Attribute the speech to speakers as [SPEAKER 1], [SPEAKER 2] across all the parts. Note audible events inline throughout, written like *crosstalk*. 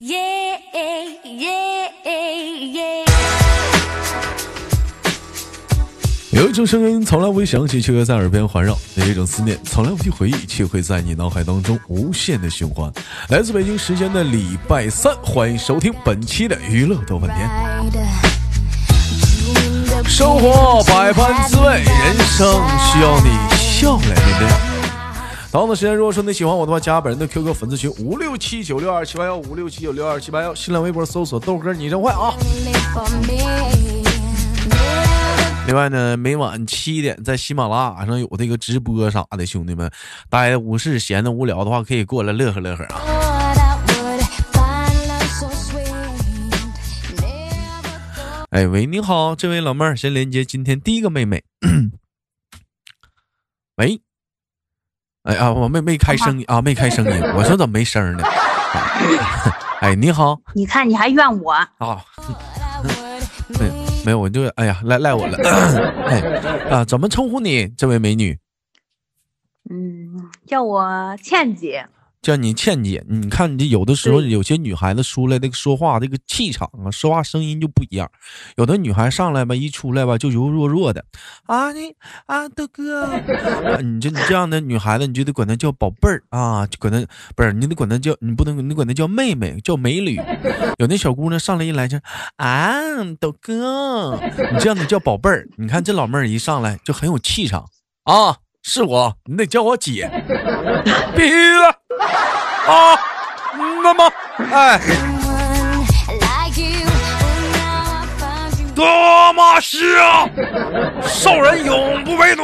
[SPEAKER 1] 耶耶耶！
[SPEAKER 2] 有一种声音从来不会响起，却会在耳边环绕；有一种思念从来不去回忆，却会在你脑海当中无限的循环。来自北京时间的礼拜三，欢迎收听本期的娱乐豆瓣天。生
[SPEAKER 1] 生
[SPEAKER 2] 活
[SPEAKER 1] 活
[SPEAKER 2] 百
[SPEAKER 1] 百
[SPEAKER 2] 般
[SPEAKER 1] 般
[SPEAKER 2] 滋
[SPEAKER 1] 滋
[SPEAKER 2] 味，
[SPEAKER 1] 味，
[SPEAKER 2] 人
[SPEAKER 1] 人
[SPEAKER 2] 生
[SPEAKER 1] 生
[SPEAKER 2] 需
[SPEAKER 1] 需
[SPEAKER 2] 要
[SPEAKER 1] 要
[SPEAKER 2] 你
[SPEAKER 1] 你
[SPEAKER 2] 笑
[SPEAKER 1] 笑
[SPEAKER 2] 来
[SPEAKER 1] 来
[SPEAKER 2] 面
[SPEAKER 1] 面
[SPEAKER 2] 对
[SPEAKER 1] 对。。
[SPEAKER 2] 同样的时间，如果说你喜欢我的话，加本人的 QQ 粉丝群五六七九六二七八幺五六七九六二七八幺，新浪微博搜索豆哥你真坏啊！另外呢，每晚七点在喜马拉雅上有这个直播啥的，兄弟们，待在无事闲的无聊的话，可以过来乐呵乐呵啊！哎喂，你好，这位老妹儿，先连接今天第一个 *coughs* 妹妹。喂，哎啊，我没没开声音啊，没开 *laughs* 声音，我说怎么没声儿呢？啊哎，你好
[SPEAKER 3] 你看你还怨我，
[SPEAKER 2] 啊，没没有，我就哎呀，赖赖我了。 *coughs* 哎啊，怎么称呼你？这位美女，
[SPEAKER 3] 嗯，叫我倩姐，
[SPEAKER 2] 叫你倩姐。你看，你这有的时候有些女孩子出来那个说话这个气场啊，说话声音就不一样。有的女孩上来吧，一出来吧就柔弱弱的啊，你啊大哥，啊你这你这样的女孩子，你就得管她叫宝贝儿啊，就管她不是，你得管她叫，你不能你管她叫妹妹，叫美女。有那小姑娘上来一来就啊，豆哥，你这样的叫宝贝儿。你看这老妹儿一上来就很有气场啊，是我，你得叫我姐，必须的啊，那么哎，多么是啊，受人永不为奴。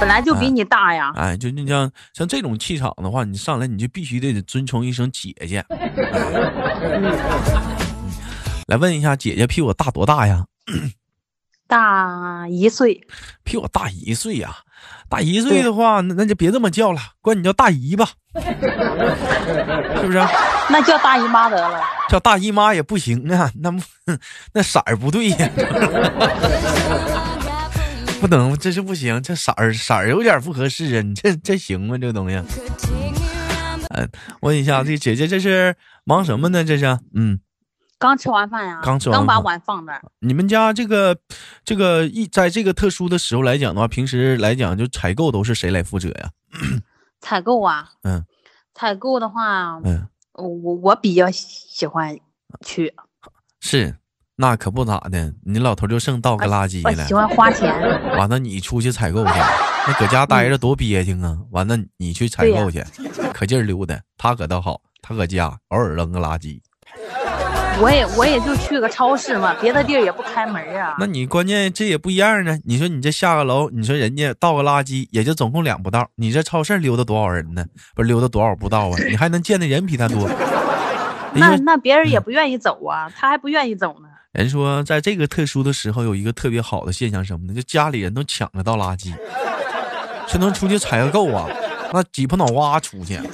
[SPEAKER 3] 本来就比你大呀，
[SPEAKER 2] 哎，就你像像这种气场的话，你上来你就必须得尊称一声姐姐。哎来问一下，姐姐比我大多大呀？
[SPEAKER 3] 大一岁，
[SPEAKER 2] 比我大一岁呀、大一岁的话，那那就别这么叫了，管你叫大姨吧，是不是？
[SPEAKER 3] 那叫大姨妈得了。
[SPEAKER 2] 叫大姨妈也不行啊，那不那色儿不对呀、 *laughs* 不能，这是不行，这色儿色儿有点不合适啊，你这这行吗？这东西？呃问一下，这姐姐这是忙什么呢？这是，嗯，
[SPEAKER 3] 刚吃完饭呀，
[SPEAKER 2] 刚吃完
[SPEAKER 3] 刚把
[SPEAKER 2] 饭
[SPEAKER 3] 碗放那儿。
[SPEAKER 2] 你们家这个这个一在这个特殊的时候来讲的话，平时来讲就采购都是谁来负责呀？
[SPEAKER 3] 采购啊，
[SPEAKER 2] 嗯，
[SPEAKER 3] 采购的话，
[SPEAKER 2] 嗯，
[SPEAKER 3] 我我比较喜欢去，
[SPEAKER 2] 是，那可不咋的，你老头就剩倒个垃圾
[SPEAKER 3] 我
[SPEAKER 2] 了
[SPEAKER 3] 喜。欢花钱。
[SPEAKER 2] 完了，你出去采购去，那搁家待着多憋屈啊！完了，你去采购去，可劲儿溜达。他可倒好，他搁家偶尔扔个垃圾。
[SPEAKER 3] 我也我也就去个超市嘛，别的地儿也不开门啊
[SPEAKER 2] 那。你关键这也不一样呢。你说你这下个楼，你说人家倒个垃圾也就总共两步道，你这超市溜达多少人呢？不是溜达多少步道啊？你还能见的人比他多。
[SPEAKER 3] 那
[SPEAKER 2] 人家
[SPEAKER 3] 那别人也
[SPEAKER 2] 嗯
[SPEAKER 3] 不愿意走啊，他还不愿意走呢。
[SPEAKER 2] 人说，在这个特殊的时候，有一个特别好的现象是什么呢？就家里人都抢着倒垃圾，谁能出去采个够啊？那挤破脑瓜出去。 *laughs*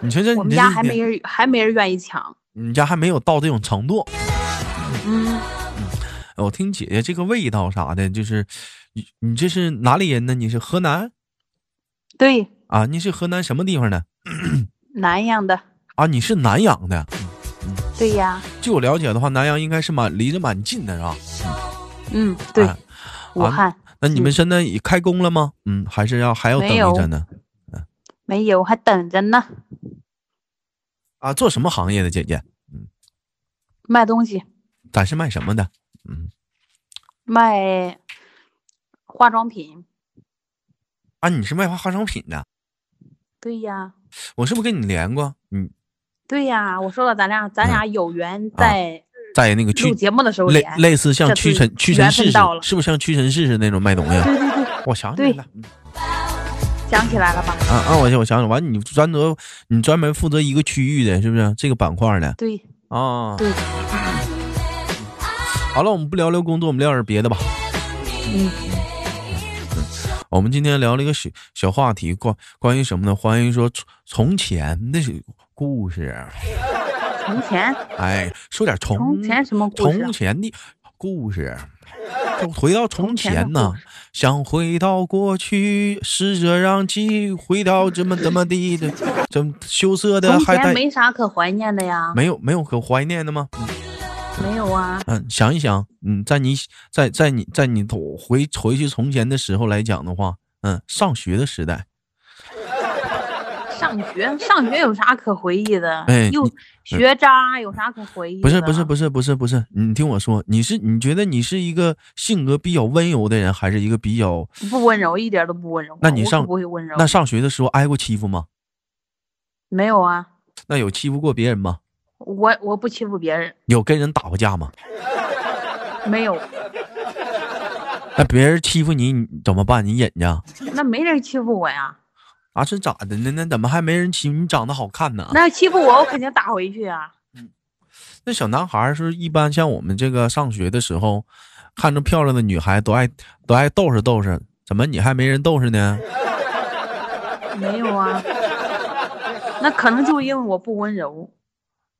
[SPEAKER 2] 你说这
[SPEAKER 3] 我
[SPEAKER 2] 你
[SPEAKER 3] 们
[SPEAKER 2] 这
[SPEAKER 3] 家还
[SPEAKER 2] 一
[SPEAKER 3] 没
[SPEAKER 2] 年，
[SPEAKER 3] 人还没人愿意抢。
[SPEAKER 2] 你家还没有到这种程度。
[SPEAKER 3] 嗯，
[SPEAKER 2] 我听姐姐这个味道啥的，就是你你这是哪里人呢？你是河南
[SPEAKER 3] 对，
[SPEAKER 2] 啊？你是河南什么地方的
[SPEAKER 3] 南阳的，
[SPEAKER 2] 啊？你是南阳的。
[SPEAKER 3] 对呀，
[SPEAKER 2] 据我了解的话，南阳应该是蛮离着蛮近的，是吧？
[SPEAKER 3] 嗯，对，
[SPEAKER 2] 啊
[SPEAKER 3] 武
[SPEAKER 2] 啊
[SPEAKER 3] 汉。
[SPEAKER 2] 那你们现在已开工了吗？嗯，还是要还要等
[SPEAKER 3] 没有
[SPEAKER 2] 一阵呢？
[SPEAKER 3] 没有，还等着呢，
[SPEAKER 2] 啊，做什么行业的姐姐？
[SPEAKER 3] 卖东西，
[SPEAKER 2] 咱是卖什么的？嗯，
[SPEAKER 3] 卖化妆品。
[SPEAKER 2] 啊，你是卖化化妆品的，
[SPEAKER 3] 对呀，
[SPEAKER 2] 我是不是跟你连过？嗯，
[SPEAKER 3] 对呀，我说了，咱俩咱俩有
[SPEAKER 2] 啊
[SPEAKER 3] 缘在
[SPEAKER 2] 在那个屈
[SPEAKER 3] 录节目的时候
[SPEAKER 2] 类
[SPEAKER 3] 连。
[SPEAKER 2] 类似像
[SPEAKER 3] 这
[SPEAKER 2] 屈
[SPEAKER 3] 次
[SPEAKER 2] 臣屈臣
[SPEAKER 3] 缘
[SPEAKER 2] 氏
[SPEAKER 3] 分
[SPEAKER 2] 似
[SPEAKER 3] 到
[SPEAKER 2] 的，
[SPEAKER 3] 了
[SPEAKER 2] 是不是像屈臣氏似的那种卖东西？啊
[SPEAKER 3] 对对对，
[SPEAKER 2] *laughs* 我想起来
[SPEAKER 3] 对
[SPEAKER 2] 了，嗯
[SPEAKER 3] 想起来了吧？
[SPEAKER 2] 啊啊，我想我想起来，完你专责你专门负责一个区域的，是不是这个板块的
[SPEAKER 3] 对
[SPEAKER 2] 啊？
[SPEAKER 3] 对，
[SPEAKER 2] 好了，我们不聊聊工作，我们聊点别的吧。
[SPEAKER 3] 嗯，
[SPEAKER 2] 我们今天聊了一个小小话题，关关于什么呢？关于说从从前的故事。啊
[SPEAKER 3] 从前
[SPEAKER 2] 哎，说点从
[SPEAKER 3] 从前什么故事啊
[SPEAKER 2] 从前的故事。就回到从前呢，想回到过去，试着让记忆回到怎么怎么地的，怎羞涩的
[SPEAKER 3] 从
[SPEAKER 2] 还
[SPEAKER 3] 前
[SPEAKER 2] 带
[SPEAKER 3] 没啥可怀念的呀，
[SPEAKER 2] 没有没有可怀念的吗？
[SPEAKER 3] 没有啊，
[SPEAKER 2] 嗯，想一想，嗯，在你在在你在你回回去从前的时候来讲的话，嗯，上学的时代，
[SPEAKER 3] 上学上学有啥可回忆的？
[SPEAKER 2] 哎
[SPEAKER 3] 又
[SPEAKER 2] 你
[SPEAKER 3] 学渣有啥可回忆的？
[SPEAKER 2] 不是不是不是不是不是，你听我说，你是你觉得你是一个性格比较温柔的人，还是一个比较？
[SPEAKER 3] 是，不温柔，一点都不温柔。
[SPEAKER 2] 那你
[SPEAKER 3] 我可
[SPEAKER 2] 上
[SPEAKER 3] 不会温柔？
[SPEAKER 2] 那上学的时候挨过欺负吗？
[SPEAKER 3] 没有啊，
[SPEAKER 2] 那有欺负过别人吗？
[SPEAKER 3] 我我不欺负别人，
[SPEAKER 2] 有跟人打过架吗？
[SPEAKER 3] 没有，
[SPEAKER 2] 那别人欺负你，你怎么办？你忍着
[SPEAKER 3] 那没人欺负我呀。
[SPEAKER 2] 啊？是咋的呢？那怎么还没人欺负你？长得好看呢？
[SPEAKER 3] 那欺负我，我肯定打回去啊。
[SPEAKER 2] 那小男孩儿是一般像我们这个上学的时候，看着漂亮的女孩都爱都爱逗是逗是，怎么你还没人逗是呢？
[SPEAKER 3] 没有啊，那可能就因为我不温柔。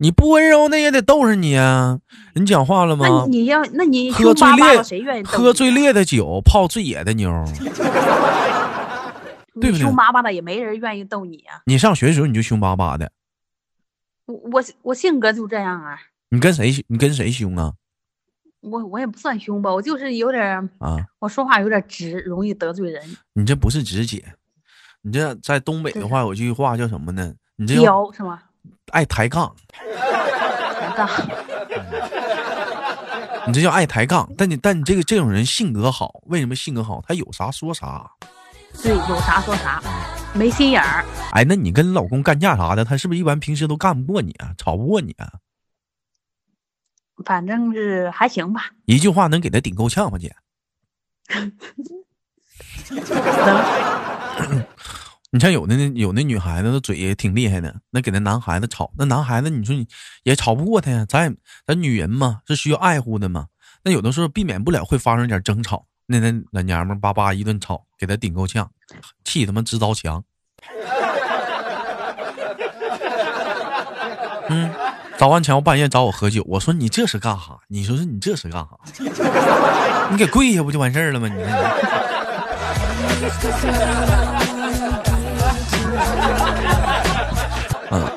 [SPEAKER 2] 你不温柔那也得逗是你啊！人讲话了
[SPEAKER 3] 那
[SPEAKER 2] 吗？
[SPEAKER 3] 你要，那你凶
[SPEAKER 2] 喝最
[SPEAKER 3] 巴巴
[SPEAKER 2] 烈
[SPEAKER 3] 的，谁愿意逗
[SPEAKER 2] 喝
[SPEAKER 3] 你啊
[SPEAKER 2] 最烈的酒，泡最野的妞。
[SPEAKER 3] 你
[SPEAKER 2] 对不对
[SPEAKER 3] 凶巴巴的也没人愿意逗你啊。
[SPEAKER 2] 你上学的时候你就凶巴巴的，
[SPEAKER 3] 我我我性格就这样啊，
[SPEAKER 2] 你跟谁凶你跟谁凶啊？
[SPEAKER 3] 我我也不算凶吧，我就是有点儿，
[SPEAKER 2] 啊，
[SPEAKER 3] 我说话有点直，容易得罪人，
[SPEAKER 2] 你这不是直姐，你这在东北的话有句话叫什么呢？你这叫
[SPEAKER 3] 刁是吗？
[SPEAKER 2] 爱抬杠，
[SPEAKER 3] 抬杠，
[SPEAKER 2] 你这叫爱抬杠。但你但你这个这种人性格好，为什么性格好？他有啥说啥。
[SPEAKER 3] 对，有啥说啥，没心眼儿，
[SPEAKER 2] 哎，那你跟老公干架啥的，他是不是一般平时都干不过你啊，吵不过你啊？
[SPEAKER 3] 反正是还行吧，
[SPEAKER 2] 一句话能给他顶够呛吗，姐？
[SPEAKER 3] 能
[SPEAKER 2] 你像有的那有那女孩子，那嘴也挺厉害的，那给那男孩子吵，那男孩子你说你也吵不过他呀，咱也咱女人嘛是需要爱护的嘛，那有的时候避免不了会发生点争吵，那那老娘们儿叭叭一顿吵，给他顶够呛，气他妈直凿墙。嗯，凿完墙半夜找我喝酒，我说你这是干哈？你说是你这是干哈？ *laughs* 你给跪下不就完事儿了吗？你看你。嗯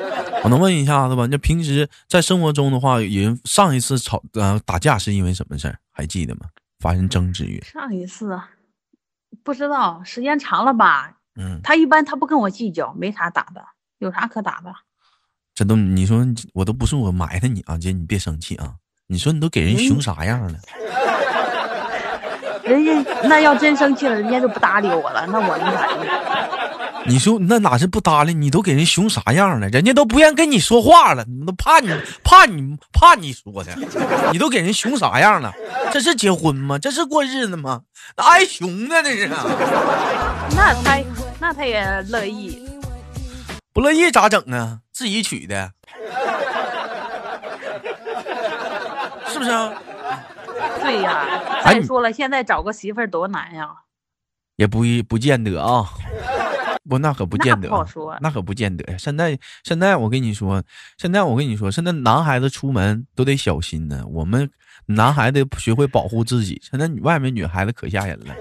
[SPEAKER 2] 我能问一下子吧？那平时在生活中的话，人上一次吵呃打架是因为什么事儿？还记得吗？发生争执于
[SPEAKER 3] 上一次不知道时间长了吧，
[SPEAKER 2] 嗯，
[SPEAKER 3] 他一般他不跟我计较，没啥打的，有啥可打的？
[SPEAKER 2] 这都你说你我都不是我埋汰你啊，姐你别生气啊。你说你都给人熊啥样了？
[SPEAKER 3] 人家那要真生气了，人家就不搭理我了，那我能咋地？
[SPEAKER 2] 你说那哪是不搭理你，都给人熊啥样了？人家都不愿跟你说话了，你都怕你怕你怕你说的，你都给人熊啥样了？这是结婚吗？这是过日子吗？那挨熊呢？这是啊
[SPEAKER 3] 那他那他也乐意，
[SPEAKER 2] 不乐意咋整啊？自己娶的， *laughs* 是不是啊？
[SPEAKER 3] 对呀、
[SPEAKER 2] 哎
[SPEAKER 3] 再
[SPEAKER 2] 你
[SPEAKER 3] 说了，现在找个媳妇儿多难呀、
[SPEAKER 2] 也不一不见得啊，不那可不见
[SPEAKER 3] 那
[SPEAKER 2] 得
[SPEAKER 3] 不好说，啊
[SPEAKER 2] 那可不见得呀。现在现在我跟你说，现在我跟你说，现在男孩子出门都得小心呢。我们男孩子学会保护自己，现在女外面女孩子可吓人了。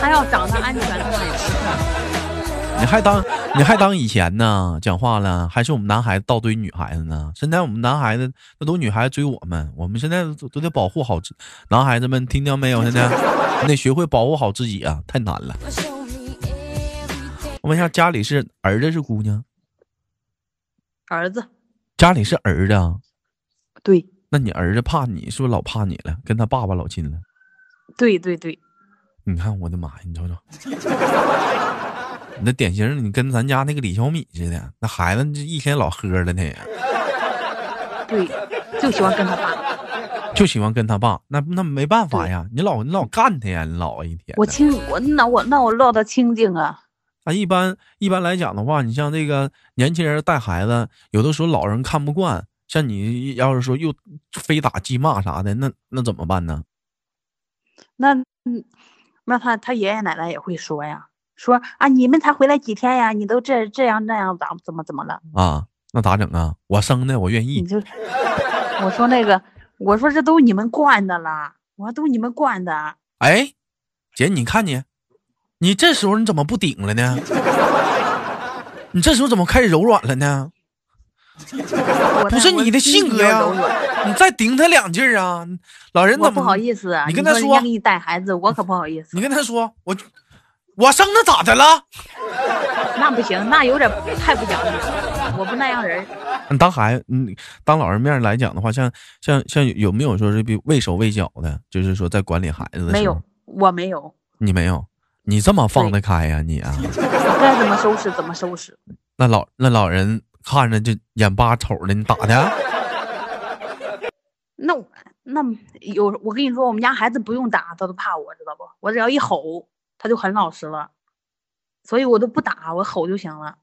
[SPEAKER 3] 他要长得安全的话也不是。
[SPEAKER 2] 你还当你还当以前呢？讲话了，还是我们男孩子倒追女孩子呢？现在我们男孩子那都女孩子追我们，我们现在都都得保护好自男孩子们，听到没有？现在你得学会保护好自己啊，太难了。我问一下，家里是儿子是姑娘？
[SPEAKER 3] 儿子，
[SPEAKER 2] 家里是儿子啊？
[SPEAKER 3] 对
[SPEAKER 2] 那你儿子怕你是不是老怕你了？跟他爸爸老亲了？
[SPEAKER 3] 对对对，
[SPEAKER 2] 你看我的妈呀，你瞅瞅， *laughs* 你那典型儿，你跟咱家那个李小米似的，那孩子这一天老喝了他也。
[SPEAKER 3] 对，就喜欢跟他爸。
[SPEAKER 2] 就喜欢跟他爸，那那没办法呀，你老你老干他呀，你老一天的。
[SPEAKER 3] 我清我那我那我落得清静啊，
[SPEAKER 2] 那一般一般来讲的话，你像这个年轻人带孩子，有的时候老人看不惯，像你要是说又非打即骂啥的，那那怎么办呢？
[SPEAKER 3] 那嗯，那他他爷爷奶奶也会说呀，说啊你们才回来几天呀，你都这这样那样咋
[SPEAKER 2] 嗯
[SPEAKER 3] 怎么怎么了？嗯
[SPEAKER 2] 啊，那咋整啊？我生的，我愿
[SPEAKER 3] 你
[SPEAKER 2] 意。
[SPEAKER 3] 就我说那个我说这都你们惯的啦，我说都你们惯的。
[SPEAKER 2] 哎，姐，你看你，你这时候你怎么不顶了呢？ *laughs* 你这时候怎么开始柔软了呢？
[SPEAKER 3] 我
[SPEAKER 2] 不
[SPEAKER 3] 那
[SPEAKER 2] 是
[SPEAKER 3] 我
[SPEAKER 2] 你的
[SPEAKER 3] 心
[SPEAKER 2] 性
[SPEAKER 3] 里
[SPEAKER 2] 格
[SPEAKER 3] 比较
[SPEAKER 2] 呀
[SPEAKER 3] 柔软，
[SPEAKER 2] 你再顶他两句儿啊！老人
[SPEAKER 3] 我
[SPEAKER 2] 怎
[SPEAKER 3] 不
[SPEAKER 2] 么
[SPEAKER 3] 好意思啊，
[SPEAKER 2] 你跟
[SPEAKER 3] 说
[SPEAKER 2] 他
[SPEAKER 3] 人
[SPEAKER 2] 说
[SPEAKER 3] 家给你带孩子，我可不好意思
[SPEAKER 2] 你。跟他说我我生的咋的了？
[SPEAKER 3] 那不行，那有点太不讲理了，我不那样人。
[SPEAKER 2] 你当孩子，你当老人面来讲的话，像像像有没有说是比畏手畏脚的？就是说在管理孩子的时候，
[SPEAKER 3] 没有，，我没有，
[SPEAKER 2] 你没有，你这么放得开呀、你啊？
[SPEAKER 3] 我该怎么收拾怎么收拾。
[SPEAKER 2] 那老那老人看着就眼巴瞅的，你咋哎的？
[SPEAKER 3] 那我那有，我跟你说，我们家孩子不用打，他都怕我，知道不？我只要一吼，他就很老实了，所以我都不打，我吼就行了。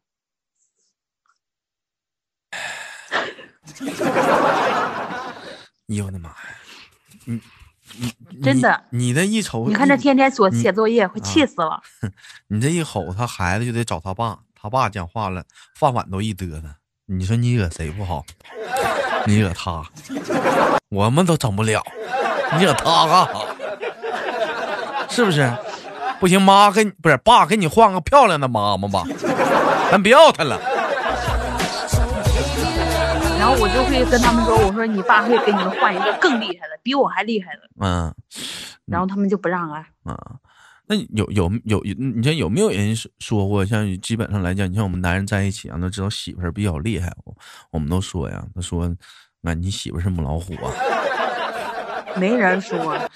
[SPEAKER 2] 哎呦我的妈呀！你你你
[SPEAKER 3] 真的
[SPEAKER 2] 你的一瞅，
[SPEAKER 3] 你看这天天做
[SPEAKER 2] 你
[SPEAKER 3] 写作业，快气死了。
[SPEAKER 2] 你这一吼，他孩子就得找他爸，他爸讲话了，饭碗都一嘚瑟。你说你惹谁不好？你惹他，我们都整不了，你惹他干啥？是不是？不行，妈给你不是爸给你换个漂亮的妈妈吧，咱不要他了。嗯
[SPEAKER 3] 然后我就会跟他们说，我说你爸会给你们换一个更厉害的，比我还厉害的。
[SPEAKER 2] 嗯
[SPEAKER 3] 然后他们就不让啊。
[SPEAKER 2] 啊，那有有有，你像有没有人说说过？像基本上来讲，你像我们男人在一起啊，都知道媳妇儿比较厉害，我我们都说呀，他说，那你媳妇儿是母老虎啊。
[SPEAKER 3] 没人说，
[SPEAKER 2] 嗯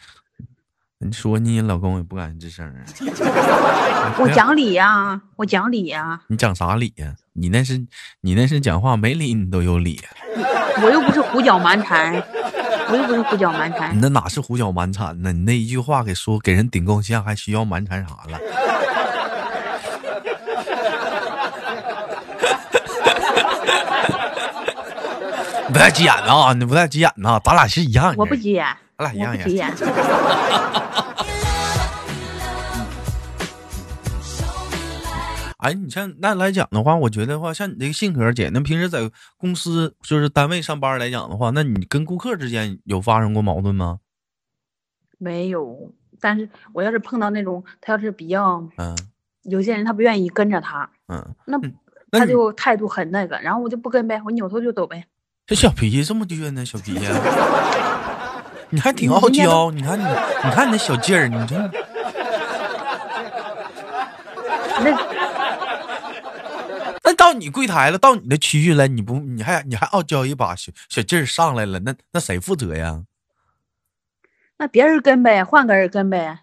[SPEAKER 2] 你说你老公也不敢吱声啊？
[SPEAKER 3] *laughs*
[SPEAKER 2] 哎
[SPEAKER 3] 我
[SPEAKER 2] 呀
[SPEAKER 3] 讲理呀、我讲理呀、
[SPEAKER 2] 你讲啥理呀、你那是你那是讲话没理你都有理，
[SPEAKER 3] 我又不是胡搅蛮缠，我又不是胡搅蛮
[SPEAKER 2] 你
[SPEAKER 3] 缠，
[SPEAKER 2] 那哪是胡搅蛮缠呢？你那一句话给说给人顶够呛，还需要蛮缠啥了？ *laughs* 你不太急眼呐，你不太急眼呐，咱俩是一样人，
[SPEAKER 3] 我不急眼，
[SPEAKER 2] 咱俩一
[SPEAKER 3] 我
[SPEAKER 2] 样
[SPEAKER 3] 不急
[SPEAKER 2] 人。
[SPEAKER 3] 眼。
[SPEAKER 2] 哎，你像那来讲的话，我觉得话，像你这个性格，姐，那平时在公司就是单位上班来讲的话，那你跟顾客之间有发生过矛盾吗？
[SPEAKER 3] 没有，但是我要是碰到那种，他要是比较
[SPEAKER 2] 嗯
[SPEAKER 3] 有些人，他不愿意跟着他，
[SPEAKER 2] 嗯，
[SPEAKER 3] 那
[SPEAKER 2] 那
[SPEAKER 3] 他
[SPEAKER 2] 你
[SPEAKER 3] 就态度很那个，然后我就不跟呗，我扭头就走呗。
[SPEAKER 2] 这小脾气这么倔呢，小脾气，啊你还挺
[SPEAKER 3] 你
[SPEAKER 2] 傲
[SPEAKER 3] 人家
[SPEAKER 2] 娇，
[SPEAKER 3] 都
[SPEAKER 2] 你看你，你看你那小劲儿，你这
[SPEAKER 3] 那
[SPEAKER 2] 那到你柜台了，到你的区域了，你不你还你还傲娇一把，小小劲儿上来了，那那谁负责呀？
[SPEAKER 3] 那别人跟呗，换个人跟呗。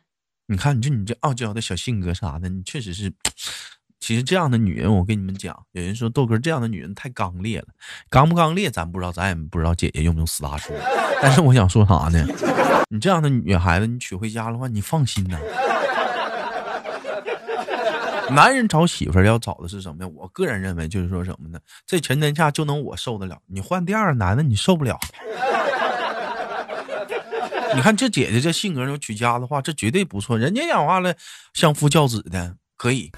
[SPEAKER 2] 你看，你就你这傲娇的小性格啥的，你确实是。其实这样的女人，我跟你们讲，有人说豆哥这样的女人太刚烈了，刚不刚烈咱不知道，咱也不知道姐姐用不用死大叔。但是我想说啥呢？ *laughs* 你这样的女孩子，你娶回家的话，你放心呐、男人找媳妇儿要找的是什么呀？我个人认为就是说什么呢？这全天下就能我受得了，你换第二个男的你受不了。你看这姐姐这性格，要娶家的话，这绝对不错。人家讲话了，相夫教子的，可以。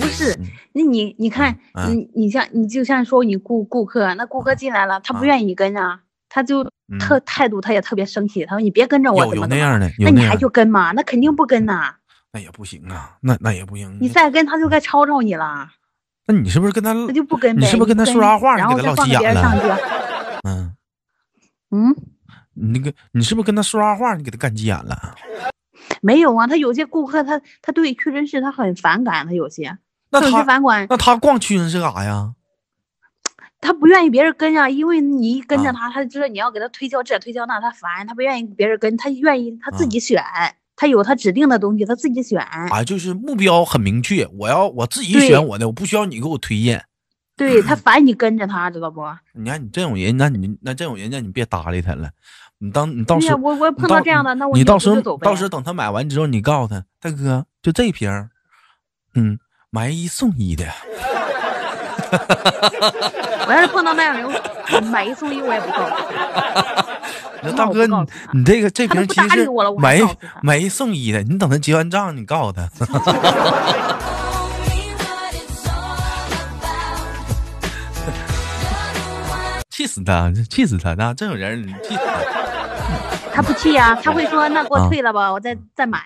[SPEAKER 3] 不是，那你你看，
[SPEAKER 2] 嗯
[SPEAKER 3] 你你像你就像说你顾顾客，那顾客进来了，他不
[SPEAKER 2] 啊
[SPEAKER 3] 愿意跟啊，他就
[SPEAKER 2] 嗯
[SPEAKER 3] 特态度他也特别生气，他说你别跟着我，
[SPEAKER 2] 有
[SPEAKER 3] 怎
[SPEAKER 2] 有
[SPEAKER 3] 么怎
[SPEAKER 2] 那
[SPEAKER 3] 么，
[SPEAKER 2] 样的，有
[SPEAKER 3] 那你
[SPEAKER 2] 那
[SPEAKER 3] 还
[SPEAKER 2] 样嗯
[SPEAKER 3] 就
[SPEAKER 2] 的，
[SPEAKER 3] 跟吗？那肯定不跟呐、
[SPEAKER 2] 那也不行啊，那那也不行。
[SPEAKER 3] 你再跟他就该吵吵你了，
[SPEAKER 2] 那你是不是跟他？
[SPEAKER 3] 那就不跟呗。
[SPEAKER 2] 嗯你是不是跟他说啥话
[SPEAKER 3] 然
[SPEAKER 2] 你
[SPEAKER 3] 后
[SPEAKER 2] 给他
[SPEAKER 3] 再
[SPEAKER 2] 落
[SPEAKER 3] 换
[SPEAKER 2] 急
[SPEAKER 3] 个别
[SPEAKER 2] 眼
[SPEAKER 3] 人
[SPEAKER 2] 了
[SPEAKER 3] 上去，
[SPEAKER 2] 嗯，
[SPEAKER 3] 嗯。
[SPEAKER 2] 你那个你是不是跟他说啥话，你给他干急眼了？
[SPEAKER 3] 没有啊，他有些顾客他他对屈臣氏他很反感，他有些
[SPEAKER 2] 那
[SPEAKER 3] 有些
[SPEAKER 2] 他
[SPEAKER 3] 反感，
[SPEAKER 2] 那他逛屈臣氏干啥呀？
[SPEAKER 3] 他不愿意别人跟啊，因为你一跟
[SPEAKER 2] 啊
[SPEAKER 3] 着他，他就知道你要给他推销这推销那，他烦，他不愿意别人跟，他愿意他自己选，他有他指定的东西，他自己选。
[SPEAKER 2] 嗯啊，就是目标很明确，我要我自己
[SPEAKER 3] 对
[SPEAKER 2] 选我的，我不需要你给我推荐。
[SPEAKER 3] 对
[SPEAKER 2] 嗯
[SPEAKER 3] 他烦你跟着他，知道不？
[SPEAKER 2] 你看你这种人，那你那这种人，那你别搭理他了。你当你到
[SPEAKER 3] 对
[SPEAKER 2] 时
[SPEAKER 3] 哎呀，
[SPEAKER 2] 候
[SPEAKER 3] 我我
[SPEAKER 2] 你
[SPEAKER 3] 碰
[SPEAKER 2] 到
[SPEAKER 3] 到这样的，啊那我
[SPEAKER 2] 你
[SPEAKER 3] 扭
[SPEAKER 2] 到
[SPEAKER 3] 头
[SPEAKER 2] 时候
[SPEAKER 3] 就走呗。
[SPEAKER 2] 到时候等他买完之后，你告诉他，大哥，就这瓶儿，嗯，买一送一的。
[SPEAKER 3] 我要是碰到那样的人，我买一送一我也不告诉他。
[SPEAKER 2] 那
[SPEAKER 3] 那
[SPEAKER 2] 大
[SPEAKER 3] 我不
[SPEAKER 2] 哥，你
[SPEAKER 3] 告诉他
[SPEAKER 2] 你这个这
[SPEAKER 3] 他都
[SPEAKER 2] 瓶儿
[SPEAKER 3] 不
[SPEAKER 2] 其实
[SPEAKER 3] 搭理
[SPEAKER 2] 是
[SPEAKER 3] 我了我还
[SPEAKER 2] 买一
[SPEAKER 3] 告诉他
[SPEAKER 2] 买一送一的，你等他结完账，你告诉
[SPEAKER 3] *laughs*
[SPEAKER 2] 他。气死他，气死他！那这种人，你气死他。
[SPEAKER 3] 他不去呀、他会说那给
[SPEAKER 2] 啊
[SPEAKER 3] 我退了吧，我再再买。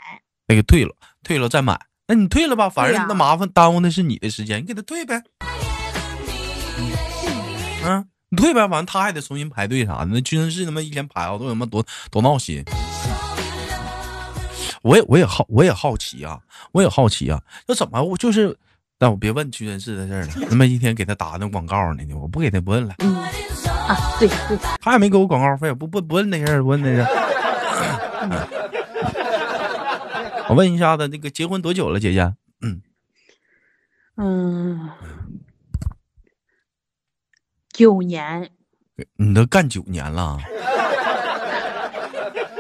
[SPEAKER 2] 那个退了，退了再买。那你退了吧，反
[SPEAKER 3] 对
[SPEAKER 2] 正
[SPEAKER 3] 呀
[SPEAKER 2] 那麻烦耽误的是你的时间，你给他退呗。嗯，你退呗，完他还得重新排队啥的。那屈臣氏他妈一天排好多他妈多多闹心。我也我也好我也好奇啊，我也好奇啊，那怎么我就是，但我别问屈臣氏的事儿了。他妈一天给他打那广告呢，我不给他不问了，
[SPEAKER 3] 嗯啊，对对，
[SPEAKER 2] 他也没给我广告费，不不不问那事儿，不问那事儿。 *laughs* 我问一下子，那个结婚多久了，姐姐？
[SPEAKER 3] 嗯，九年
[SPEAKER 2] 你都干九年了，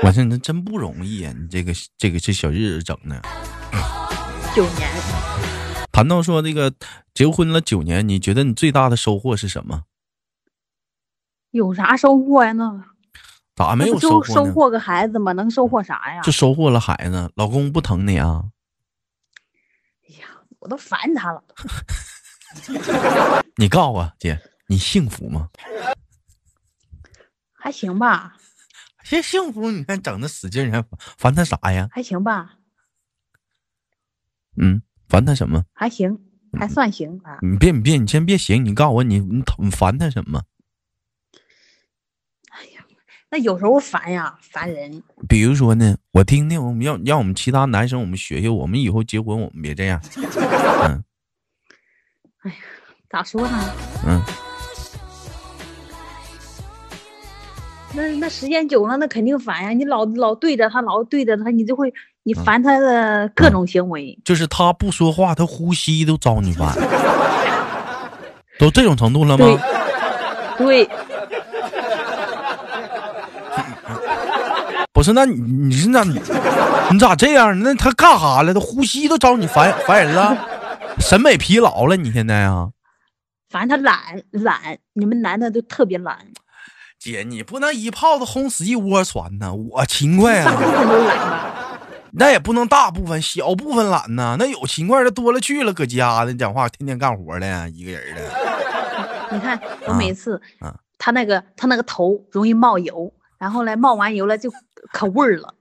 [SPEAKER 2] 我说你这真不容易啊！你这个这个这小日子整的。
[SPEAKER 3] 九年，
[SPEAKER 2] 谈到说这个结婚了九年，你觉得你最大的收获是什么？
[SPEAKER 3] 有啥收获呀？那
[SPEAKER 2] 咋没
[SPEAKER 3] 那
[SPEAKER 2] 有
[SPEAKER 3] 不
[SPEAKER 2] 收
[SPEAKER 3] 就
[SPEAKER 2] 获
[SPEAKER 3] 收
[SPEAKER 2] 呢？嗯
[SPEAKER 3] 获个孩子吗？能收获啥呀
[SPEAKER 2] 就？收获了孩子，老公不疼你啊？
[SPEAKER 3] 哎呀，我都烦他了。
[SPEAKER 2] 你告诉我姐，你幸福吗？
[SPEAKER 3] 还行吧，
[SPEAKER 2] 这幸福，你看整的使劲儿，你还烦他啥呀？
[SPEAKER 3] 还行吧，
[SPEAKER 2] 嗯，烦他什么？
[SPEAKER 3] 还行，还算行啊吧。
[SPEAKER 2] 你别你别你先别行，你告诉我你你讨你烦他什么？
[SPEAKER 3] 那有时候烦呀，烦人。
[SPEAKER 2] 比如说呢，我听听，我们让让我们其他男生我们学学，我们以后结婚我们别这样。嗯
[SPEAKER 3] 咋说呢？
[SPEAKER 2] 嗯，
[SPEAKER 3] 那那时间久了，那肯定烦呀。你老老对着他，老对着他，你就会你
[SPEAKER 2] 嗯
[SPEAKER 3] 烦他的各种行为。
[SPEAKER 2] 就是他不说话，他呼吸都招你烦，都这种程度了嗯吗？
[SPEAKER 3] 对，对，
[SPEAKER 2] 不是，那你你是那你你咋这样？那他干啥了？他呼吸都招你烦烦人了，审美疲劳了，你现在啊？
[SPEAKER 3] 烦他懒懒，你们男的都特别懒，
[SPEAKER 2] 姐，你不能一炮子轰死一窝船呐！我勤快
[SPEAKER 3] 大部
[SPEAKER 2] 啊，
[SPEAKER 3] 分都懒吧。
[SPEAKER 2] 那也不能大部分，小部分懒呐。那有勤快的多了去了，搁家的讲话，天天干活的，一个人的。
[SPEAKER 3] 你看我
[SPEAKER 2] 啊
[SPEAKER 3] 每次，
[SPEAKER 2] 啊
[SPEAKER 3] 他那个他那个头容易冒油，然后嘞冒完油了就可味儿了，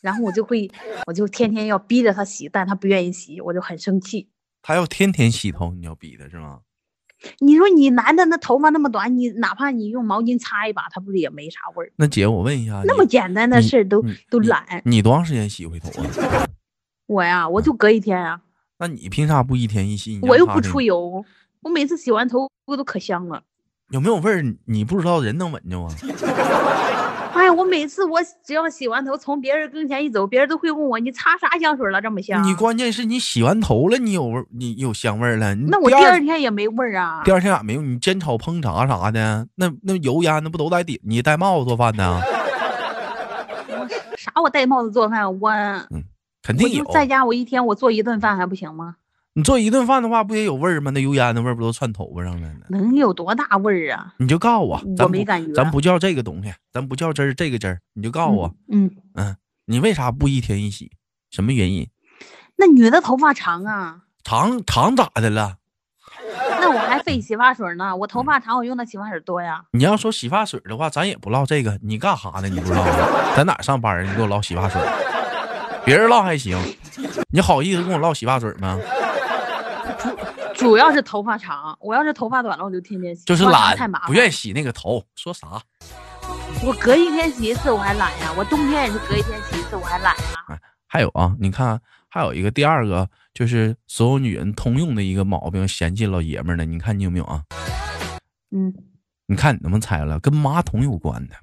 [SPEAKER 3] 然后我就会我就天天要逼着他洗，但他不愿意洗，我就很生气。
[SPEAKER 2] 他要天天洗头，你要逼他是吗？
[SPEAKER 3] 你说你男的那头发那么短，你哪怕你用毛巾擦一把，他不是也没啥味儿？
[SPEAKER 2] 那姐，我问一下，
[SPEAKER 3] 那么简单的
[SPEAKER 2] 你
[SPEAKER 3] 事儿都
[SPEAKER 2] 你
[SPEAKER 3] 都
[SPEAKER 2] 你
[SPEAKER 3] 懒。
[SPEAKER 2] 你多长时间洗一回头啊？
[SPEAKER 3] 我呀，我就隔一天啊，
[SPEAKER 2] 那你凭啥不一天一洗？你
[SPEAKER 3] 我又
[SPEAKER 2] 让
[SPEAKER 3] 不
[SPEAKER 2] 他
[SPEAKER 3] 出
[SPEAKER 2] 呢，
[SPEAKER 3] 油，我每次洗完头发都可香了。
[SPEAKER 2] 有没有味儿？你不知道人能闻着啊？
[SPEAKER 3] 哎呀，我每次我只要洗完头，从别人跟前一走，别人都会问我你擦啥香水了这么香？
[SPEAKER 2] 你关键是你洗完头了，你有味儿，你有香味儿了。你
[SPEAKER 3] 那我
[SPEAKER 2] 嗯第
[SPEAKER 3] 第
[SPEAKER 2] 二
[SPEAKER 3] 二天也没味儿啊
[SPEAKER 2] 第。二天咋没用？你煎炒烹炸啥的，那那油烟那不都在底？你戴帽子做饭呢？
[SPEAKER 3] 啥我戴帽子做饭，我
[SPEAKER 2] 肯
[SPEAKER 3] 我
[SPEAKER 2] 定
[SPEAKER 3] 就
[SPEAKER 2] 有。
[SPEAKER 3] 在家我一天我做一顿饭还不行吗？
[SPEAKER 2] 你做一顿饭的话，不也有味儿吗？那油烟的味儿不都窜头发上了呢？
[SPEAKER 3] 能有多大味儿啊？
[SPEAKER 2] 你就告诉我，咱
[SPEAKER 3] 我
[SPEAKER 2] 不
[SPEAKER 3] 没感觉
[SPEAKER 2] 咱不叫这个东西，咱不叫汁儿，这个汁儿，你就告诉我，
[SPEAKER 3] 嗯，嗯
[SPEAKER 2] 嗯，你为啥不一天一洗？什么原因？
[SPEAKER 3] 那女的头发长啊。
[SPEAKER 2] 长长咋的了？
[SPEAKER 3] 那我还费洗发水呢，我头发长，我用的洗发水多呀。
[SPEAKER 2] 你要说洗发水的话，咱也不唠这个。你干啥呢？你不知道吗？在哪儿上班儿？你给我唠洗发水，别人唠还行，你好意思跟我唠洗发水吗？
[SPEAKER 3] 主要是头发长，我要是头发短了，我就天天洗，
[SPEAKER 2] 就是
[SPEAKER 3] 头发长
[SPEAKER 2] 懒
[SPEAKER 3] 太麻，烦。
[SPEAKER 2] 不愿意洗那个头。说啥？
[SPEAKER 3] 我隔一天洗一次，我还懒呀。我冬天也是隔一天洗一次，我还懒呀。
[SPEAKER 2] 还有啊，你看啊，还有一个第二个，就是所有女人通用的一个毛病，嫌弃老爷们儿的。你看你有没有啊？
[SPEAKER 3] 嗯，
[SPEAKER 2] 你看你能不能猜出来？跟马桶有关的，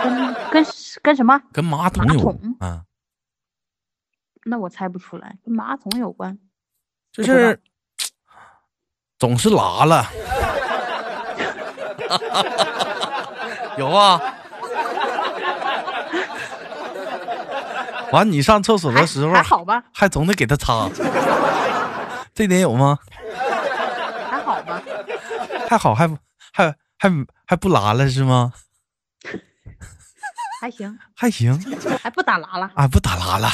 [SPEAKER 3] 跟跟什跟什么？
[SPEAKER 2] 跟马桶
[SPEAKER 3] 马
[SPEAKER 2] 有
[SPEAKER 3] 桶
[SPEAKER 2] 啊，
[SPEAKER 3] 那我猜不出来，跟马桶有关。
[SPEAKER 2] 就
[SPEAKER 3] 不知
[SPEAKER 2] 是总是拉了， *laughs* 有啊。 *laughs* 完，你上厕所的
[SPEAKER 3] 还
[SPEAKER 2] 时候
[SPEAKER 3] 还好吧，
[SPEAKER 2] 还总得给他擦，这点有吗？
[SPEAKER 3] 还好吧。
[SPEAKER 2] 还好还不还还还不拉了是吗？
[SPEAKER 3] 还行，
[SPEAKER 2] 还行
[SPEAKER 3] 还哎不打喇了。
[SPEAKER 2] 啊，不打拉了。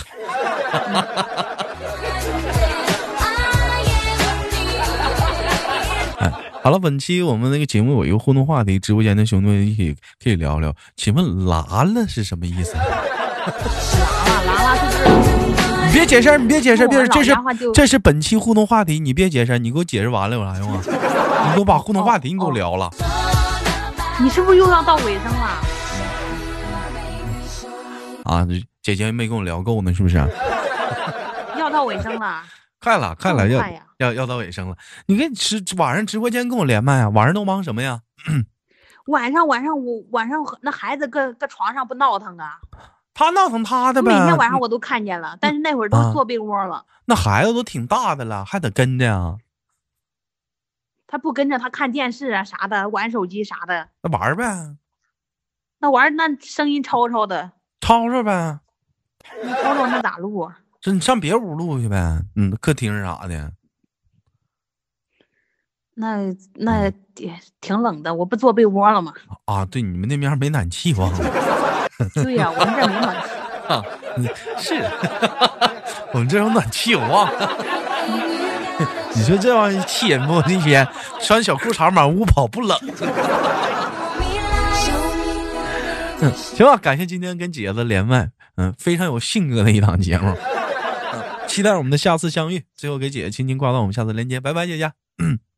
[SPEAKER 2] 哎，好了，本期我们那个节目有一个互动话题，直播间的兄弟们一起可以聊聊。请问“拉了”是什么意思？
[SPEAKER 3] 啊，拉拉就是
[SPEAKER 2] 你别解释，你别解释，
[SPEAKER 3] 跟我们老
[SPEAKER 2] 别解释，这是
[SPEAKER 3] 家话就
[SPEAKER 2] 这是本期互动话题，你别解释，你给我解释完了有啥用啊？你给我把互动话题你给我聊了。
[SPEAKER 3] 哦你是不是又要到尾声了？
[SPEAKER 2] 啊，姐姐没跟我聊够呢，是不是？
[SPEAKER 3] 要到尾声了，
[SPEAKER 2] 快了，快了，
[SPEAKER 3] 这么
[SPEAKER 2] 要
[SPEAKER 3] 快呀
[SPEAKER 2] 要要到尾声了。你跟是晚上直播间跟我连麦啊？晚上都忙什么呀？
[SPEAKER 3] 晚上晚上我晚上那孩子搁搁床上不闹腾啊？
[SPEAKER 2] 他闹腾他的呗。
[SPEAKER 3] 每天晚上我都看见了，但是那会儿
[SPEAKER 2] 嗯啊
[SPEAKER 3] 都坐被窝了，
[SPEAKER 2] 那孩子都挺大的了，还得跟着啊，
[SPEAKER 3] 他不跟着他看电视啊啥的，玩手机啥的，
[SPEAKER 2] 那玩儿呗，
[SPEAKER 3] 那玩意儿那声音吵吵的，
[SPEAKER 2] 吵吵呗，
[SPEAKER 3] 你吵吵那咋录啊？
[SPEAKER 2] 这你上别屋录去呗，嗯，客厅啥的。
[SPEAKER 3] 那那也挺冷的，我不坐被窝
[SPEAKER 2] *laughs*
[SPEAKER 3] 了吗？
[SPEAKER 2] 啊，对，你们那边没暖气忘
[SPEAKER 3] *laughs*
[SPEAKER 2] 了。
[SPEAKER 3] 对呀、我们这儿没暖气。
[SPEAKER 2] 啊，嗯是， *laughs* 我们这有暖气，我忘了。 *laughs* 你说这玩意儿气人不？那天穿小裤衩满屋跑不冷。嗯，行吧，感谢今天跟姐子连麦，嗯，非常有性格的一档节目，嗯期待我们的下次相遇。最后给姐姐轻轻挂断，我们下次连接，拜拜，姐姐。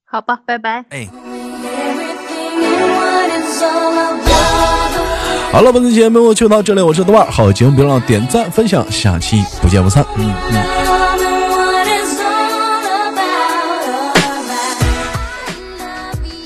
[SPEAKER 3] 好吧，拜拜。
[SPEAKER 2] 哎。
[SPEAKER 1] Everything you want is all about the
[SPEAKER 2] 好了，本期节目就到这里，我是豆瓣儿，好节目别忘了点赞分享，下期不见不散。嗯嗯。